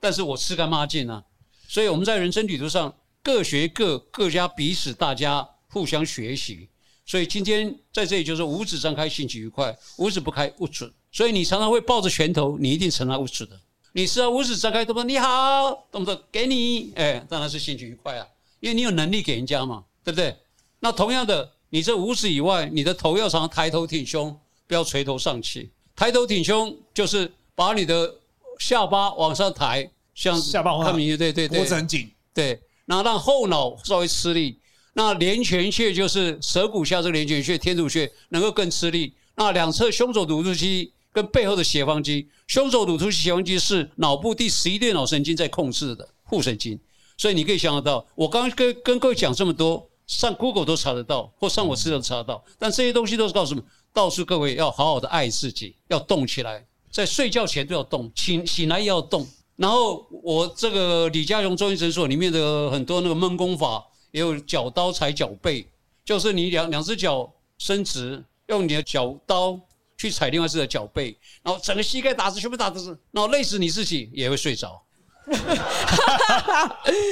但是我吃干抹净啊，所以我们在人生旅途上各学各，各家彼此大家互相学习。所以今天在这里就是五指张开，兴起愉快；五指不开，勿准。所以你常常会抱着拳头，你一定成了勿准的。你是啊，五指张开，动不动你好，动不动给你，哎，当然是兴起愉快啊，因为你有能力给人家嘛，对不对？那同样的，你这五指以外，你的头要常常抬头挺胸，不要垂头丧气。抬头挺胸就是把你的下巴往上抬，像下巴往上看明对对对，脖子很紧，对，那让后脑稍微吃力。那连泉穴就是舌骨下这个连泉穴、天突穴能够更吃力。那两侧胸肘乳突肌跟背后的斜方肌，胸肘乳突肌、斜方肌是脑部第十一对脑神经在控制的副神经，所以你可以想得到，我刚刚跟跟各位讲这么多，上 Google 都查得到，或上我资料都查得到，但这些东西都是告诉我们，告诉各位要好好的爱自己，要动起来，在睡觉前都要动，醒醒来也要动。然后我这个李家荣中医诊所里面的很多那个闷功法，也有脚刀踩脚背，就是你两两只脚伸直，用你的脚刀去踩另外一只的脚背，然后整个膝盖打直，全部打直，然后累死你自己也会睡着。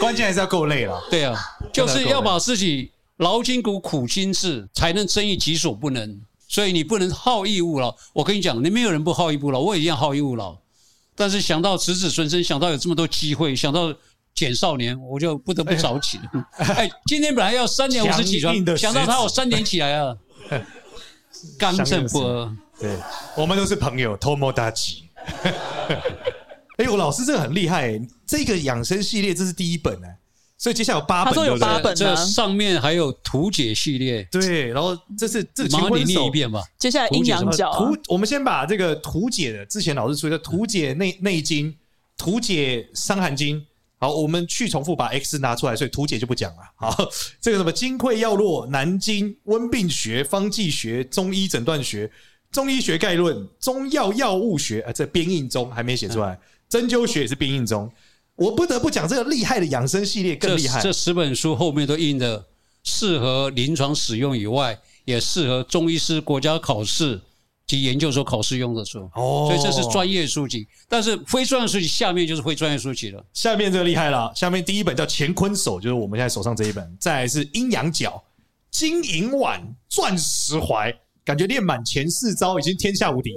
关键还是要够累了。对啊，就是要把自己劳筋骨苦筋志，才能增益己所不能。所以你不能好逸恶劳。我跟你讲，你没有人不好逸不劳，我也一样好逸恶劳。但是想到子子孙孙，想到有这么多机会，想到简少年，我就不得不早起。哎，今天本来要三点五十起强硬的床，想到他我三点起来啊，刚正不阿。对，我们都是朋友，偷摸大吉。 哎呦，老师这个很厉害、这个养生系列这是第一本哎、所以接下来有八本，他说有对不对八本这啊上面还有图解系列，对，然后这是这个麻乾烦你坤念一手遍吧。接下来阴阳角啊、图，我们先把这个图解的，之前老师说的图解内内经、图解伤寒经，好，我们去重复把 X 拿出来，所以图解就不讲了。好，这个什么金匮要络、南经、温病学、方剂学、中医诊断学、中医学概论、中药药物学，啊，这编印中还没写出来，嗯针灸学也是编印中。我不得不讲，这个厉害的养生系列更这厉害这。十本书后面都印的适合临床使用以外，也适合中医师国家考试及研究所考试用的书。哦所以这是专业书籍，但是非专业书籍下面就是非专业书籍了。下面这个厉害了，下面第一本叫《乾坤手》，就是我们现在手上这一本，再来是《阴阳角》《金银碗》《钻石怀》，感觉练满前四招已经天下无 敌，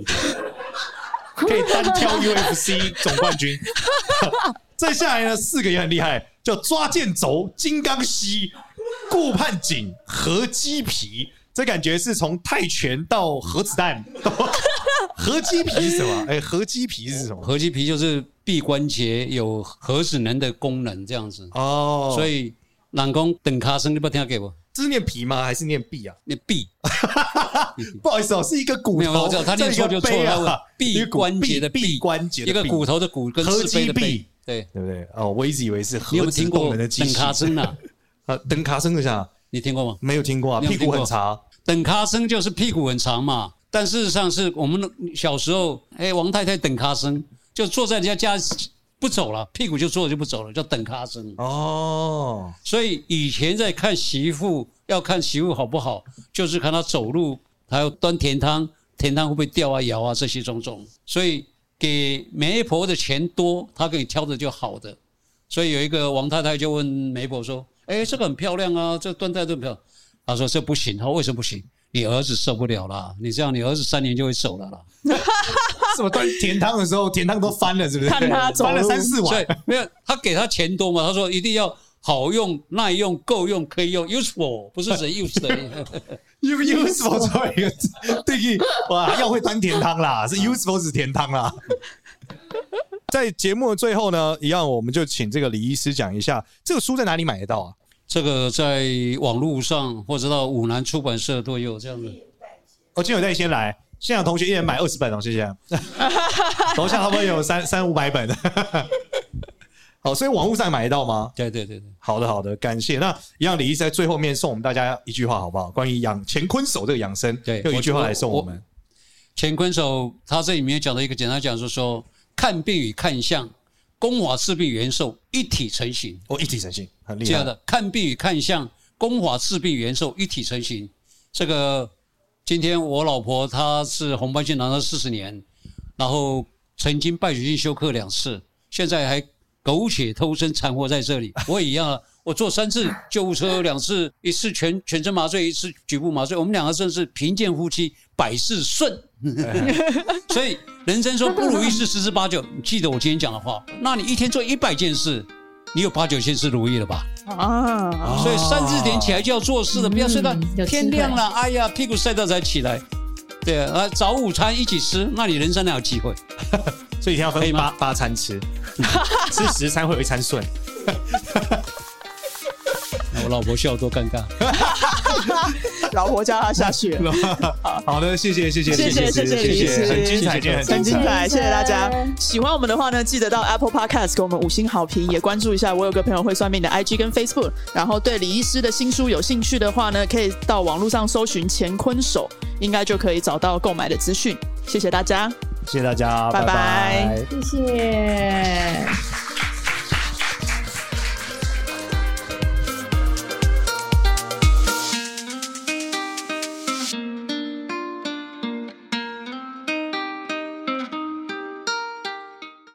可以单挑 UFC 总冠军。再下来呢，四个也很厉害，叫抓剑轴、金刚膝、顾盼颈、合鸡皮，这感觉是从泰拳到核子弹 都。合鸡皮是什么？哎、合鸡皮是什么？合击皮就是臂关节有核子能的功能这样子，哦，所以朗公等卡声，你不听给我，这是念皮吗？还是念臂啊？你臂 不好意思哦，是一个骨没有没头，有，这样他这念一错个就错杯啊了，一臂个骨关节的臂臂关节的一个臂骨，头的骨跟合是非击臂的背，对。对不对？哦，我一直以为是核你有没有子听动过能的机等器卡声啊？啊，等卡声一下，你听过吗？没有听过啊，你有屁没有股很长，等咖声就是屁股很长嘛，但事实上是我们小时候，哎、王太太等咖声，就坐在人家家不走了，屁股就坐着就不走了，叫等咖声。哦，所以以前在看媳妇，要看媳妇好不好，就是看她走路，还有端甜汤，甜汤会不会掉啊、摇啊这些种种。所以给媒婆的钱多，她可以挑着就好的。所以有一个王太太就问媒婆说：“哎，这个很漂亮啊，这缎带这么漂亮。”她说：“这不行。”她说：“为什么不行？你儿子受不了啦，你这样你儿子三年就会走了啦。” 什么端甜汤的时候，甜汤都翻了，是 不是？看他走路翻了三四所以碗，没有他给他钱多嘛？他说一定要好用、耐用、够用、可以用，useful 不是只 use 的。 u useful 最后一个字 定义，哇，要会端甜汤啦，啊是 useful 是甜汤 啦。在节目的最后呢，一样我们就请这个李医师讲一下，这个书在哪里买得到啊？这个在网络上或者到五南出版社都有这样子。哦，金友代先来，现场同学一人买二十本哦，谢谢。楼下差不多有三三五百本。好，所以网络上买得到吗？对对对对，好的，好的，感谢。那一样，李医师在最后面送我们大家一句话，好不好？关于养乾坤手这个养生，对用一句话我来送我我们。乾坤手他这里面讲的一个简单讲就是说，看病与看相，功法治病元寿一体成型。哦，一体成型，很厉这害样。的看病与看相，功法治病元寿一体成型。这个今天我老婆她是红斑性狼疮四十年，然后曾经败血性休克两次，现在还苟且偷生残活在这里。 我也一样啊，我坐三次救护车，两次一次全全身麻醉，一次局部麻醉。我们两个真是贫贱夫妻百事 顺。所以人生说不如意事十之八九，你记得我今天讲的话。那你一天做一百件事，你有八九件事如意了吧？啊， 所以三四点起来就要做事了，不要睡到嗯有天智慧亮了，哎呀，屁股晒到才起来。对啊，啊早午餐一起吃，那你人生哪有机会？所以一定要可分以八吗八 餐吃，吃十餐会有一餐顺。我老婆笑多尴尬。老婆叫他下去了，好的，谢谢，谢谢，谢谢谢谢谢李医师，很精彩，今天很很精精彩，彩。谢谢谢谢大家。喜欢我们的话呢，记得到 Apple Podcast 给我们五星好评，也关注一下我有个朋友会算命的 IG 跟 Facebook。然后对李医师的新书有兴趣的话呢，可以到网络上搜寻乾坤手，应该就可以找到购买的资讯。谢谢大家。谢谢大家，拜拜拜拜谢谢。